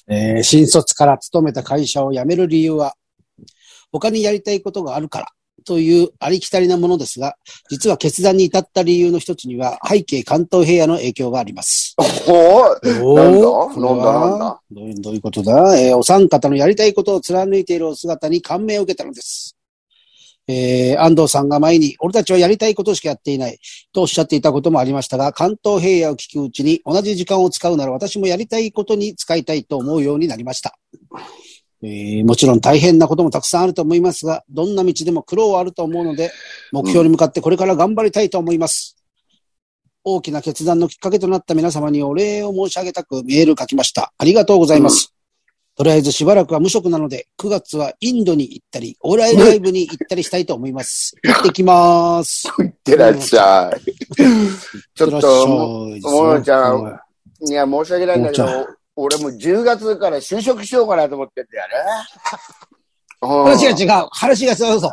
[SPEAKER 2] えー新卒から勤めた会社を辞める理由は、他にやりたいことがあるからというありきたりなものですが、実は決断に至った理由の一つには、背景関東平野の影響があります。
[SPEAKER 1] おお。
[SPEAKER 2] お
[SPEAKER 1] なんだなんだなんだ
[SPEAKER 2] どういうどういうことだ、えーお三方のやりたいことを貫いているお姿に感銘を受けたのです。えー安藤さんが前に、俺たちはやりたいことしかやっていないとおっしゃっていたこともありましたが、関東平野を聞くうちに同じ時間を使うなら私もやりたいことに使いたいと思うようになりました。えーもちろん大変なこともたくさんあると思いますが、どんな道でも苦労はあると思うので、目標に向かってこれから頑張りたいと思います。大きな決断のきっかけとなった皆様にお礼を申し上げたくメールを書きました。ありがとうございます。とりあえずしばらくは無職なので、9月はインドに行ったり、オーライライブに行ったりしたいと思います。行ってきます。
[SPEAKER 1] 言ってらっしゃい。ちょっと、
[SPEAKER 2] も
[SPEAKER 1] ももちゃんいや、申し訳ないんだけど
[SPEAKER 2] もうち、
[SPEAKER 1] 俺も10月から就職しようかなと思ってんだよね。う
[SPEAKER 2] <laughs>
[SPEAKER 1] ん
[SPEAKER 2] 話が違う。話が違うぞ。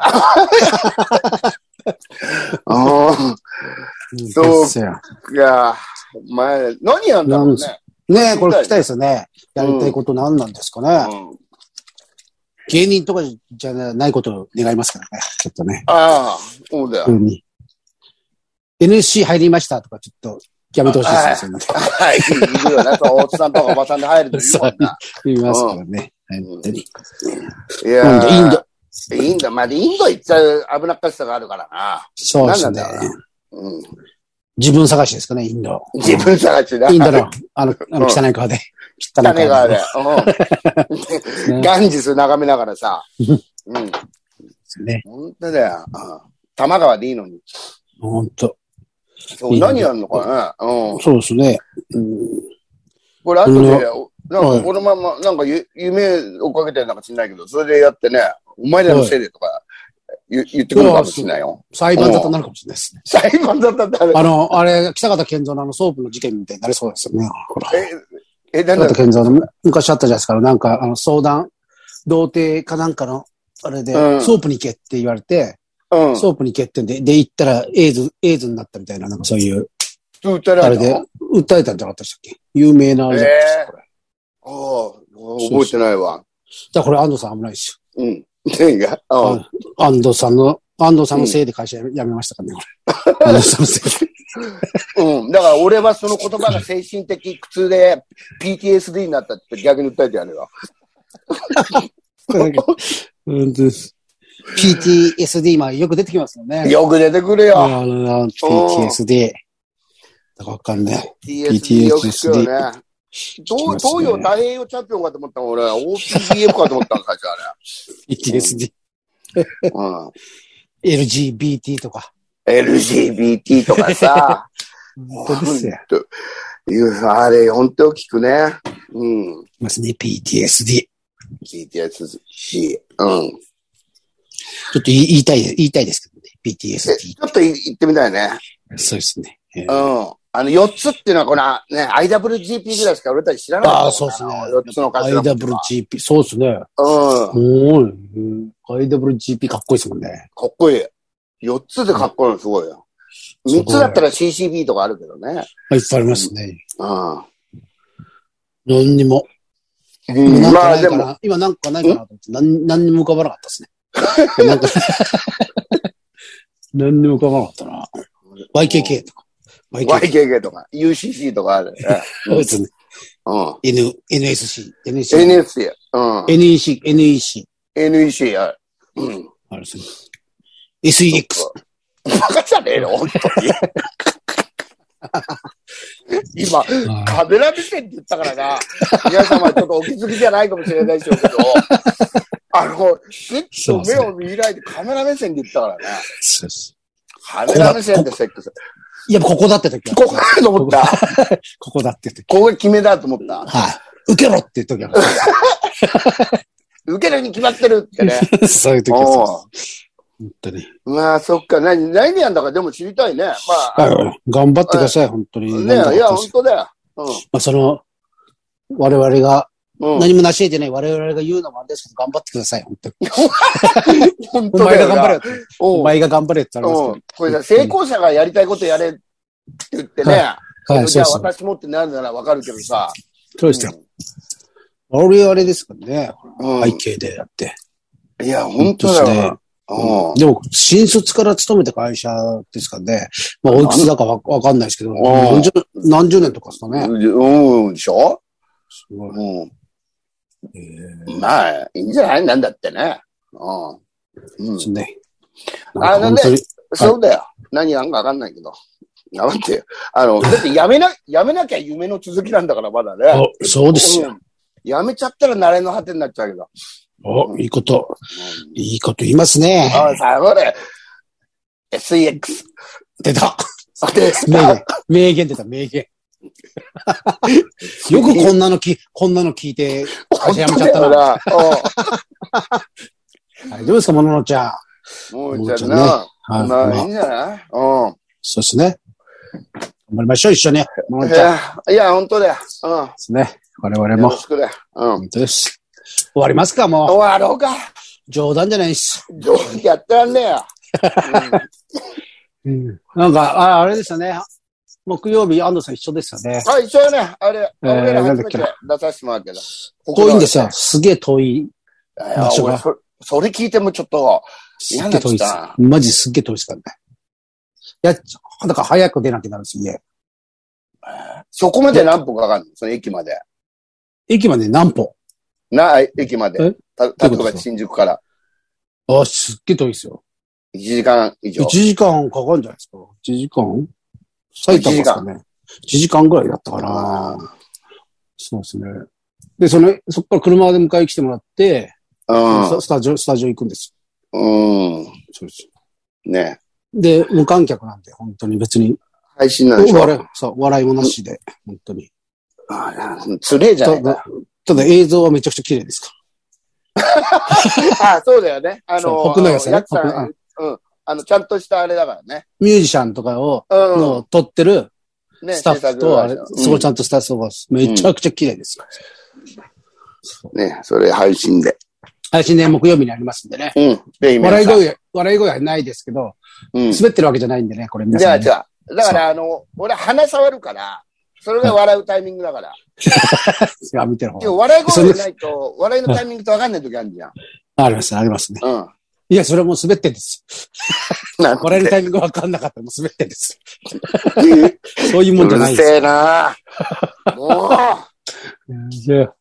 [SPEAKER 1] んそううん。いや、前、何やんだろうね。
[SPEAKER 2] ねえ、これ聞きたいですよね。やりたいこと何なんですかね。
[SPEAKER 1] うん
[SPEAKER 2] 芸人とかじゃないことを願いますからね。ちょっとね。
[SPEAKER 1] ああ、そうだよ
[SPEAKER 2] 急。に。NSC 入りましたとか、ちょっとやめてほしいですね。そんな
[SPEAKER 1] はい、いるよね。そうおっさんとかおばさんで入るといいもん
[SPEAKER 2] <laughs>
[SPEAKER 1] な。
[SPEAKER 2] 言いますからね。はい本当に。
[SPEAKER 1] い
[SPEAKER 2] インド、
[SPEAKER 1] や
[SPEAKER 2] インド。
[SPEAKER 1] インド。インド、まあ、インド行っちゃう危なっかしさがあるからな。
[SPEAKER 2] そうですね
[SPEAKER 1] なん。なんだろうん、
[SPEAKER 2] 自分探しですかね、インド。
[SPEAKER 1] 自分探しだ。
[SPEAKER 2] インドの、あの、あの
[SPEAKER 1] うん
[SPEAKER 2] 汚い川で。汚い
[SPEAKER 1] 種があ
[SPEAKER 2] 川
[SPEAKER 1] る
[SPEAKER 2] <laughs> で。。
[SPEAKER 1] う
[SPEAKER 2] ね
[SPEAKER 1] ん。 <laughs> ガンジス眺めながらさ。うん。
[SPEAKER 2] ね。
[SPEAKER 1] 本当だよ。うん多摩川でいいのに。
[SPEAKER 2] 本当。
[SPEAKER 1] そう、
[SPEAKER 2] いいね
[SPEAKER 1] 何やんのかなうん。
[SPEAKER 2] そうですね。うん
[SPEAKER 1] これ、後で、
[SPEAKER 2] うん
[SPEAKER 1] なんか
[SPEAKER 2] はい
[SPEAKER 1] このまま、なんかゆ夢をかけてるなんか知んないけど、それでやってね、お前らのせいでとか言言ってくるかもしれないよ。
[SPEAKER 2] 裁判沙汰になるかもしれないですね。
[SPEAKER 1] 裁判だったんだ。
[SPEAKER 2] あの、あれ、北方健三のあのソープの事件みたいになりそうですよね。ほら
[SPEAKER 1] え、え、なんだ
[SPEAKER 2] 北方健三の昔あったじゃないですか。なんか、あの、相談、童貞かなんかの、あれで、
[SPEAKER 1] うん
[SPEAKER 2] ソープに行けって言われて、
[SPEAKER 1] うん。
[SPEAKER 2] ソープに欠点で、で、行ったらエイズ、エイズになったみたいな、なんかそういう、
[SPEAKER 1] 普通歌
[SPEAKER 2] あ
[SPEAKER 1] な
[SPEAKER 2] れ
[SPEAKER 1] の
[SPEAKER 2] で、訴えたんじゃなかったでしたっけ有名なあれじゃないですか、これ。
[SPEAKER 1] ああ、覚えてないわ。
[SPEAKER 2] だからこれ安藤さん危ないです
[SPEAKER 1] うん。何がああ。
[SPEAKER 2] よ。安藤さんの、安藤さんのせいで会社辞め辞めましたからね、これ。安藤さんのせいで。
[SPEAKER 1] うん。だから俺はその言葉が精神的苦痛で PTSD になったって逆に訴えてやるよ。
[SPEAKER 2] なんか <laughs> うんです PTSD、まあよく出てきますよね。
[SPEAKER 1] よく出てくるよ。
[SPEAKER 2] あの PTSD。だからわかんね。
[SPEAKER 1] PTSD よく聞く
[SPEAKER 2] PTSD
[SPEAKER 1] よね。
[SPEAKER 2] き
[SPEAKER 1] 東
[SPEAKER 2] ますね
[SPEAKER 1] 東洋太平洋チャンピオンかと思ったもん、俺。OPDF かと思ったん、最初あ
[SPEAKER 2] PTSD。
[SPEAKER 1] れ。うん。
[SPEAKER 2] LGBT とか。
[SPEAKER 1] LGBT とかさ。
[SPEAKER 2] <laughs> 本当ですよ。
[SPEAKER 1] ほんというあれ、本当よく聞くね。うん。
[SPEAKER 2] いますね、PTSD。
[SPEAKER 1] PTSD。うん。
[SPEAKER 2] ちょっと言い言いたい、言いたいですけどね。
[SPEAKER 1] え
[SPEAKER 2] PTSD
[SPEAKER 1] ち。ょっとい言ってみたいね。
[SPEAKER 2] そうですね。え
[SPEAKER 1] う
[SPEAKER 2] ー
[SPEAKER 1] ん。あの、4つっていうのは、この、ね、IWGP ぐらいしか俺たち知らなかったもんな。
[SPEAKER 2] ああ、そうですね。
[SPEAKER 1] 4つの数のことは
[SPEAKER 2] IWGP、そうですね。
[SPEAKER 1] うん。
[SPEAKER 2] おーいうん。IWGP かっこいいですもんね。
[SPEAKER 1] かっこいい。4つでかっこいいのすごいよ。
[SPEAKER 2] すごい
[SPEAKER 1] 3つだったら CCB とかあるけどね。
[SPEAKER 2] まあいっぱいありますね。
[SPEAKER 1] う
[SPEAKER 2] 何にも。
[SPEAKER 1] ん。
[SPEAKER 2] なんか
[SPEAKER 1] ま
[SPEAKER 2] な
[SPEAKER 1] あ
[SPEAKER 2] い
[SPEAKER 1] で
[SPEAKER 2] かな
[SPEAKER 1] も、
[SPEAKER 2] 今なんかないかなと思って、なん何にも浮かばなかったですね。なんか <laughs> 何にも浮かばなかったな。YKK とか。YKK。
[SPEAKER 1] YKK とか、UCC とかある、ね。
[SPEAKER 2] そうですね。
[SPEAKER 1] うん。
[SPEAKER 2] N、NSC。NEC。
[SPEAKER 1] NSC、うん。
[SPEAKER 2] NEC。NEC。
[SPEAKER 1] NEC ある。うん。
[SPEAKER 2] あれですね。SEX。
[SPEAKER 1] バカじゃねえの本当に。今、カメラ目線って言ったからな。皆様、ちょっとお気づきじゃないかもしれないでしょうけど。あの、ずっと目を見ないでカメラ目線で言ったからね。
[SPEAKER 2] そうです
[SPEAKER 1] カメラ目線でセックス。
[SPEAKER 2] いや、ここだって時は。
[SPEAKER 1] ここかと思った。
[SPEAKER 2] ここだって時。
[SPEAKER 1] ここが決めだと思った。
[SPEAKER 2] はい。受けろって時は。 <laughs>
[SPEAKER 1] 受けるに決まってるってね。
[SPEAKER 2] そういう時はそう
[SPEAKER 1] お
[SPEAKER 2] です。本当に。
[SPEAKER 1] うまあ、そっか。何、何やんだかでも知りたいね。まあ、
[SPEAKER 2] はい。頑張ってください、本当に。
[SPEAKER 1] ね
[SPEAKER 2] なんだか
[SPEAKER 1] いや、
[SPEAKER 2] 本当
[SPEAKER 1] 本
[SPEAKER 2] に
[SPEAKER 1] 当だよ。
[SPEAKER 2] まあ、その、我々が、
[SPEAKER 1] うん。うん。
[SPEAKER 2] 何も成し得てない我々が言うのもあれですけど、頑張ってください、本当に。
[SPEAKER 1] 本
[SPEAKER 2] お
[SPEAKER 1] 当だ
[SPEAKER 2] 前
[SPEAKER 1] よ
[SPEAKER 2] が
[SPEAKER 1] な。
[SPEAKER 2] 頑張れよって。
[SPEAKER 1] お
[SPEAKER 2] お
[SPEAKER 1] う
[SPEAKER 2] 前が頑張れって言われま
[SPEAKER 1] う
[SPEAKER 2] す
[SPEAKER 1] ん。これさ、成功者がやりたいことやれって言ってね。
[SPEAKER 2] けど。はい、
[SPEAKER 1] じ
[SPEAKER 2] そ
[SPEAKER 1] ゃ
[SPEAKER 2] う
[SPEAKER 1] あ
[SPEAKER 2] そう。
[SPEAKER 1] 私もってなるならわかるけどさ。
[SPEAKER 2] そうですよ。俺はあれですからね。
[SPEAKER 1] うん。
[SPEAKER 2] 背景でやって。
[SPEAKER 1] いや、本当だよな。
[SPEAKER 2] でも、新卒から勤めた会社ですからね。まあ、おいくつだかわわかんないですけど、何十何十年とかですかね。
[SPEAKER 1] うん。うん、でしょ
[SPEAKER 2] すごい。
[SPEAKER 1] うん。まあ、いいんじゃないなんだってね。うん。うん
[SPEAKER 2] ですね。
[SPEAKER 1] あのね
[SPEAKER 2] なんか本当に
[SPEAKER 1] そうだよ。何やんかわかんないけど。やばってよ。あ
[SPEAKER 2] <laughs>
[SPEAKER 1] の、だってやめな、やめなきゃ夢の続きなんだから、まだね。
[SPEAKER 2] あそうですよ。
[SPEAKER 1] うんやめちゃったら慣れの果てになっちゃうけど。
[SPEAKER 2] お、いいこと、いいこと言いますね。
[SPEAKER 1] あ、さ、これ。SEX。
[SPEAKER 2] 出た。
[SPEAKER 1] で
[SPEAKER 2] 名言。名言出た、名言。よくこんなのき、こんなの聞いて、会社辞めちゃっ
[SPEAKER 1] 本当だ
[SPEAKER 2] たな。
[SPEAKER 1] よな。
[SPEAKER 2] はいどうですか、もののちゃん。
[SPEAKER 1] うんもうじゃな。
[SPEAKER 2] はい。
[SPEAKER 1] まあ、いい
[SPEAKER 2] まあ
[SPEAKER 1] んじゃないうん。
[SPEAKER 2] そうですね。頑張りましょう、一緒に。ものの
[SPEAKER 1] い
[SPEAKER 2] ちゃんで
[SPEAKER 1] や、いや、本当だよ。う
[SPEAKER 2] すね。我々
[SPEAKER 1] ん。よろ
[SPEAKER 2] も。
[SPEAKER 1] しくだよ。うん。
[SPEAKER 2] 本当です。終わりますか、も
[SPEAKER 1] 終わろうか。
[SPEAKER 2] う。冗談じゃないです。
[SPEAKER 1] どうやってらんねえ
[SPEAKER 2] <laughs>
[SPEAKER 1] よ。
[SPEAKER 2] なんか、ああれでしたね。木曜日、安藤さん一緒ですよね。
[SPEAKER 1] はい、一緒やね。あれ、
[SPEAKER 2] えー
[SPEAKER 1] 俺ら初めて
[SPEAKER 2] なん
[SPEAKER 1] 出させてもらうけど。
[SPEAKER 2] 遠いんですよ。すげえ遠い。
[SPEAKER 1] いや。
[SPEAKER 2] 場所が
[SPEAKER 1] 俺そそれ聞いてもちょっと、
[SPEAKER 2] す
[SPEAKER 1] 嫌
[SPEAKER 2] っ
[SPEAKER 1] にな
[SPEAKER 2] げ
[SPEAKER 1] っ
[SPEAKER 2] え
[SPEAKER 1] ちゃっ
[SPEAKER 2] 遠いで
[SPEAKER 1] た。
[SPEAKER 2] すマジすっげえ遠いですからね。いや、ちょだから早く出なきゃなるんですよ、家。
[SPEAKER 1] そこまで何分かかるのその駅まで。
[SPEAKER 2] 駅まで何歩
[SPEAKER 1] な、駅まで
[SPEAKER 2] え。
[SPEAKER 1] た、
[SPEAKER 2] ど
[SPEAKER 1] た
[SPEAKER 2] ういう
[SPEAKER 1] と
[SPEAKER 2] ことで
[SPEAKER 1] え
[SPEAKER 2] すか
[SPEAKER 1] 新宿から
[SPEAKER 2] あ、すっげえ遠いですよ。
[SPEAKER 1] 1時間以上
[SPEAKER 2] 1。時間かかるんじゃないですか。1時間埼玉ですかね。1時間ぐらいだったか
[SPEAKER 1] あ
[SPEAKER 2] な。そうですね。で、その、そっから車で迎え来てもらって、
[SPEAKER 1] うん
[SPEAKER 2] スタジオ、スタジオ行くんです。
[SPEAKER 1] うん。
[SPEAKER 2] そうです。
[SPEAKER 1] ね
[SPEAKER 2] で、無観客なんで、本当に別に。
[SPEAKER 1] 配信なんでしょ
[SPEAKER 2] 笑い、そう、笑いもなしで、本当に。
[SPEAKER 1] あつれえじゃな
[SPEAKER 2] た
[SPEAKER 1] いか。
[SPEAKER 2] だ、ただ映像はめちゃくちゃ綺麗ですか
[SPEAKER 1] あ、そうだよね。あ
[SPEAKER 2] そ
[SPEAKER 1] の、
[SPEAKER 2] う国内がさ
[SPEAKER 1] やつさ
[SPEAKER 2] 国内
[SPEAKER 1] ん、うん。あの、ちゃんとしたあれだからね。
[SPEAKER 2] ら。ミュージシャンとかを、
[SPEAKER 1] う
[SPEAKER 2] の撮ってる
[SPEAKER 1] ん。ね、
[SPEAKER 2] スタッフと、あれ、そ
[SPEAKER 1] そうう
[SPEAKER 2] ちゃんとしたそうです。めちゃくちゃ綺麗ですよ。
[SPEAKER 1] ね、それ配信で。
[SPEAKER 2] 配信で木曜日にありますんでね。
[SPEAKER 1] うん。で、今
[SPEAKER 2] 笑い
[SPEAKER 1] さ
[SPEAKER 2] 声、笑い声はないですけど、
[SPEAKER 1] うん。
[SPEAKER 2] 滑ってるわけじゃないんでね、これ皆
[SPEAKER 1] じゃ
[SPEAKER 2] さ
[SPEAKER 1] あ、
[SPEAKER 2] んね、
[SPEAKER 1] じゃあ。だから、あの、俺、鼻触るから、それが笑うタイミングだから。
[SPEAKER 2] あ見てる方
[SPEAKER 1] でも、笑い声がないと、笑いのタイミングと分かんない時あるじゃん。
[SPEAKER 2] あります、ありますね。
[SPEAKER 1] うん。
[SPEAKER 2] いや、それはもう滑ってんです。
[SPEAKER 1] なん
[SPEAKER 2] 笑えるタイミングわかんなかったらもう滑ってんです。
[SPEAKER 1] <laughs>
[SPEAKER 2] そういうもんじゃな
[SPEAKER 1] う
[SPEAKER 2] い
[SPEAKER 1] る
[SPEAKER 2] です。
[SPEAKER 1] せえなもう、
[SPEAKER 2] いや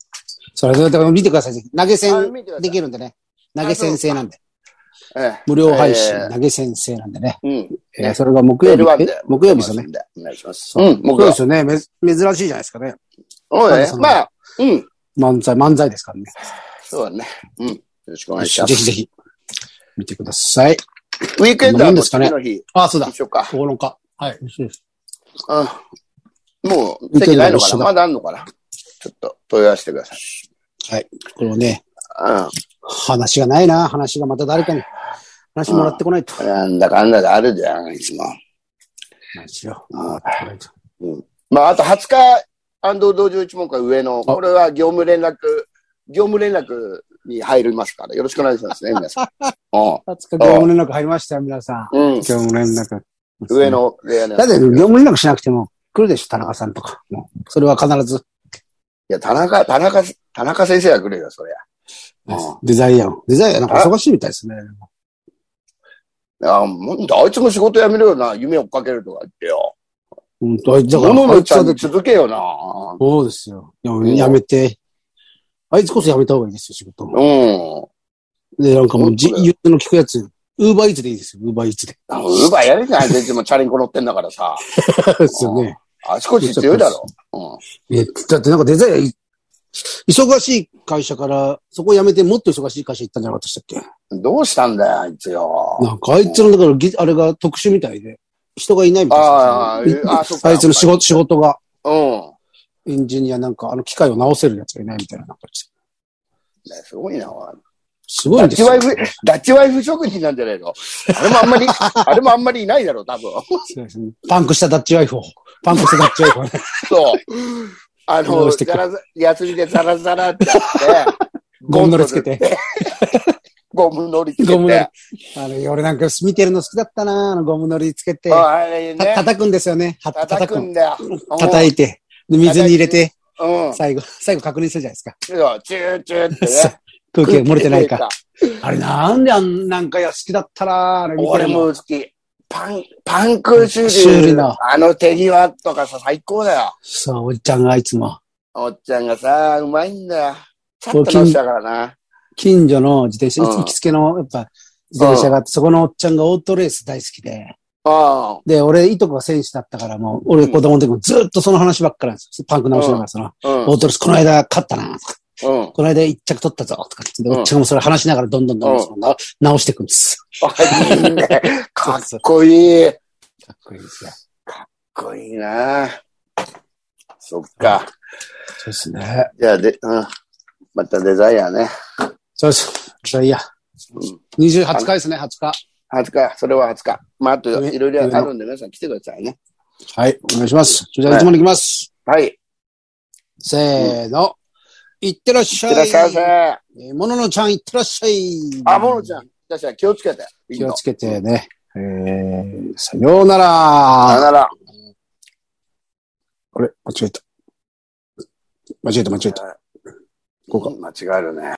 [SPEAKER 2] それそれでも見てくださいぜひ。投げ
[SPEAKER 1] あ
[SPEAKER 2] 銭
[SPEAKER 1] 見てください
[SPEAKER 2] できるんでね。投げ先生なんで。
[SPEAKER 1] え
[SPEAKER 2] 無料配信、
[SPEAKER 1] えー
[SPEAKER 2] 投げ先生なんでね。
[SPEAKER 1] えうん。
[SPEAKER 2] えーそれが木曜日
[SPEAKER 1] L1 で
[SPEAKER 2] え木曜日ですよね。。
[SPEAKER 1] お願いします。うん、
[SPEAKER 2] 木
[SPEAKER 1] 僕
[SPEAKER 2] 曜日
[SPEAKER 1] は
[SPEAKER 2] で。すよね。め珍しいじゃないですかね。
[SPEAKER 1] そうだ
[SPEAKER 2] そ
[SPEAKER 1] ね。
[SPEAKER 2] う
[SPEAKER 1] まあ、うん。
[SPEAKER 2] 漫才、漫才ですからね。
[SPEAKER 1] そうだね。うん。よろしくお願いし
[SPEAKER 2] ぜ
[SPEAKER 1] ます。
[SPEAKER 2] ひぜひ、見てください。
[SPEAKER 1] ウィークエンドはも
[SPEAKER 2] 飲むんで
[SPEAKER 1] う
[SPEAKER 2] すかね
[SPEAKER 1] 次の日、
[SPEAKER 2] あそうだ。
[SPEAKER 1] 一緒か。
[SPEAKER 2] 9日。はい。美味しいです
[SPEAKER 1] うん。もう、
[SPEAKER 2] ウィークエ
[SPEAKER 1] 席
[SPEAKER 2] ンド
[SPEAKER 1] な
[SPEAKER 2] はい一
[SPEAKER 1] のか
[SPEAKER 2] 緒だ
[SPEAKER 1] なまだあんのかなちょっと問い合わせてください。
[SPEAKER 2] これをね、
[SPEAKER 1] うん。
[SPEAKER 2] 話がないな。話がまた誰かに。話もらってこないと。
[SPEAKER 1] なんだかんだであるじゃん、いつも。
[SPEAKER 2] 話を
[SPEAKER 1] うん
[SPEAKER 2] もらってこないと
[SPEAKER 1] まあ、あと20日、安藤道場一問会上の、これは業務連絡、業務連絡に入りますから、よろしくお願いしますね、
[SPEAKER 2] <laughs>
[SPEAKER 1] 皆さん。う
[SPEAKER 2] あつか業務連絡入りましたよ、皆さん。
[SPEAKER 1] ん。うん。
[SPEAKER 2] 業務連絡。
[SPEAKER 1] 上。の、上の。
[SPEAKER 2] だって業務連絡しなくても来るでしょ、田中さんとか。もうそれは必ず。
[SPEAKER 1] いや、田中、田中、田中先生が来るよ、そりゃ。
[SPEAKER 2] デザイアン。デザイアンなんか忙しいみたいですね。
[SPEAKER 1] うん。あ、なんだ、あいつも仕事辞めるよな、夢追っかけるとか言ってよ。
[SPEAKER 2] うんと、だから、
[SPEAKER 1] 物
[SPEAKER 2] あ
[SPEAKER 1] の
[SPEAKER 2] いつ
[SPEAKER 1] ちゃ
[SPEAKER 2] は
[SPEAKER 1] ん
[SPEAKER 2] だっ
[SPEAKER 1] に
[SPEAKER 2] て
[SPEAKER 1] 続けよな。
[SPEAKER 2] そうですよ。でも
[SPEAKER 1] うん
[SPEAKER 2] やめて。あいつこそやめた方がいいですよ、仕事を。
[SPEAKER 1] うん。
[SPEAKER 2] で、なんかもう、じ、
[SPEAKER 1] 本当だ
[SPEAKER 2] 言うの聞くやつ、ウーバーイーツでいいですよ、ウーバーイーツで。 <laughs>
[SPEAKER 1] あウーバーやるじゃん、あいつもチャリンコ乗ってんだからさ。
[SPEAKER 2] ですよね。
[SPEAKER 1] あちこち強いだろ。う
[SPEAKER 2] え、だってなんかデザイアンい、忙しい会社から、そこ辞めてもっと忙しい会社行ったんじゃなかったでしたっ
[SPEAKER 1] ん。どうしたんだよ、あいつ
[SPEAKER 2] け
[SPEAKER 1] よ。
[SPEAKER 2] なんかあいつの、だからぎ、あれが特殊みたいで、人がいないみたい
[SPEAKER 1] あ
[SPEAKER 2] ですね
[SPEAKER 1] あ、ああ、そっか。
[SPEAKER 2] あいつの仕事、仕事が、
[SPEAKER 1] うん。
[SPEAKER 2] エンジニアなんか、あの機械を直せるやつがいないみたいな、なんか
[SPEAKER 1] ねすごいな、おい
[SPEAKER 2] すごいんですよ。
[SPEAKER 1] ダッチワイフダッチワイフ職人なんじゃないのあれもあ
[SPEAKER 2] <laughs>
[SPEAKER 1] んまり、あれもあんまりいないだろう、多分。
[SPEAKER 2] パンクしたダッチワイフを。パンクしたダッチワイフをね。
[SPEAKER 1] <laughs> そう。あ
[SPEAKER 2] ど
[SPEAKER 1] の、
[SPEAKER 2] うしてく
[SPEAKER 1] ザ
[SPEAKER 2] れ
[SPEAKER 1] ラザ休みでザラザラってやって、
[SPEAKER 2] <laughs> ゴム乗りつけて。
[SPEAKER 1] ゴム乗りつけて。
[SPEAKER 2] ゴム乗り。あれ、俺なんか見てるの好きだったなあのゴム乗りつけて。
[SPEAKER 1] ああれ
[SPEAKER 2] た
[SPEAKER 1] ね。
[SPEAKER 2] 叩くんですよね。は
[SPEAKER 1] 叩
[SPEAKER 2] 叩
[SPEAKER 1] く
[SPEAKER 2] く
[SPEAKER 1] んだよ。
[SPEAKER 2] 叩いて。で水に入れて、
[SPEAKER 1] うん。うん。
[SPEAKER 2] 最後、最後確認するじゃないですか。
[SPEAKER 1] そうチューチューって
[SPEAKER 2] <laughs> そう
[SPEAKER 1] ね。
[SPEAKER 2] 空気が漏れてないか。。あれなんであん、なんかいや好きだったなあれ見て
[SPEAKER 1] 俺
[SPEAKER 2] るの
[SPEAKER 1] も好き。パン、パンク修理。
[SPEAKER 2] 修理の
[SPEAKER 1] あの手際とかさ、最高だよ。
[SPEAKER 2] そう、おじちゃんがいつも、
[SPEAKER 1] おっちゃんがさ、うまいんだよ。ちょっと直したからな。
[SPEAKER 2] 近所の自転車、
[SPEAKER 1] うん
[SPEAKER 2] 行きつけの、やっぱ、自転車があって、そこのおっちゃんがオートレース大好きで。
[SPEAKER 1] うん。
[SPEAKER 2] で、俺、いとこが選手だったから、もう、俺子供の時もずっとその話ばっかりなんですよ。パンク直しながら、その、
[SPEAKER 1] うん。
[SPEAKER 2] オートレス、この間勝ったな、とか、
[SPEAKER 1] うん。
[SPEAKER 2] この間一着取ったぞ、とか
[SPEAKER 1] う
[SPEAKER 2] 言って、
[SPEAKER 1] ん
[SPEAKER 2] おっちゃんもそれ話しながら、どんどんどんどんそのな直していくんです。
[SPEAKER 1] あいいね。かっこいい。かっ
[SPEAKER 2] かっこいいですよ。
[SPEAKER 1] こいいな。そっか。
[SPEAKER 2] そうですね。
[SPEAKER 1] じゃあ、で、うん。またデザイアね。
[SPEAKER 2] そうです。じゃあいいや。
[SPEAKER 1] うん。
[SPEAKER 2] 28回ですね、20日。
[SPEAKER 1] 20日、それは20日。まあ、あと
[SPEAKER 2] 上
[SPEAKER 1] いろいろあるんで、皆さん来てくださいね。
[SPEAKER 2] はい、お願いします。じゃあ、いつもに行きます。
[SPEAKER 1] はい。
[SPEAKER 2] せーの。いってらっし
[SPEAKER 1] い
[SPEAKER 2] ゃ
[SPEAKER 1] って
[SPEAKER 2] い。
[SPEAKER 1] らっしゃいませ。
[SPEAKER 2] えーもののちゃん、いってらっしゃい。
[SPEAKER 1] あ、ものちゃん。確かに気をつけて。
[SPEAKER 2] 気をつけてね。えー、さようなら
[SPEAKER 1] さよ。なら。
[SPEAKER 2] あれ間違えた。間違えた、間違えた。
[SPEAKER 1] ここ間違えるね。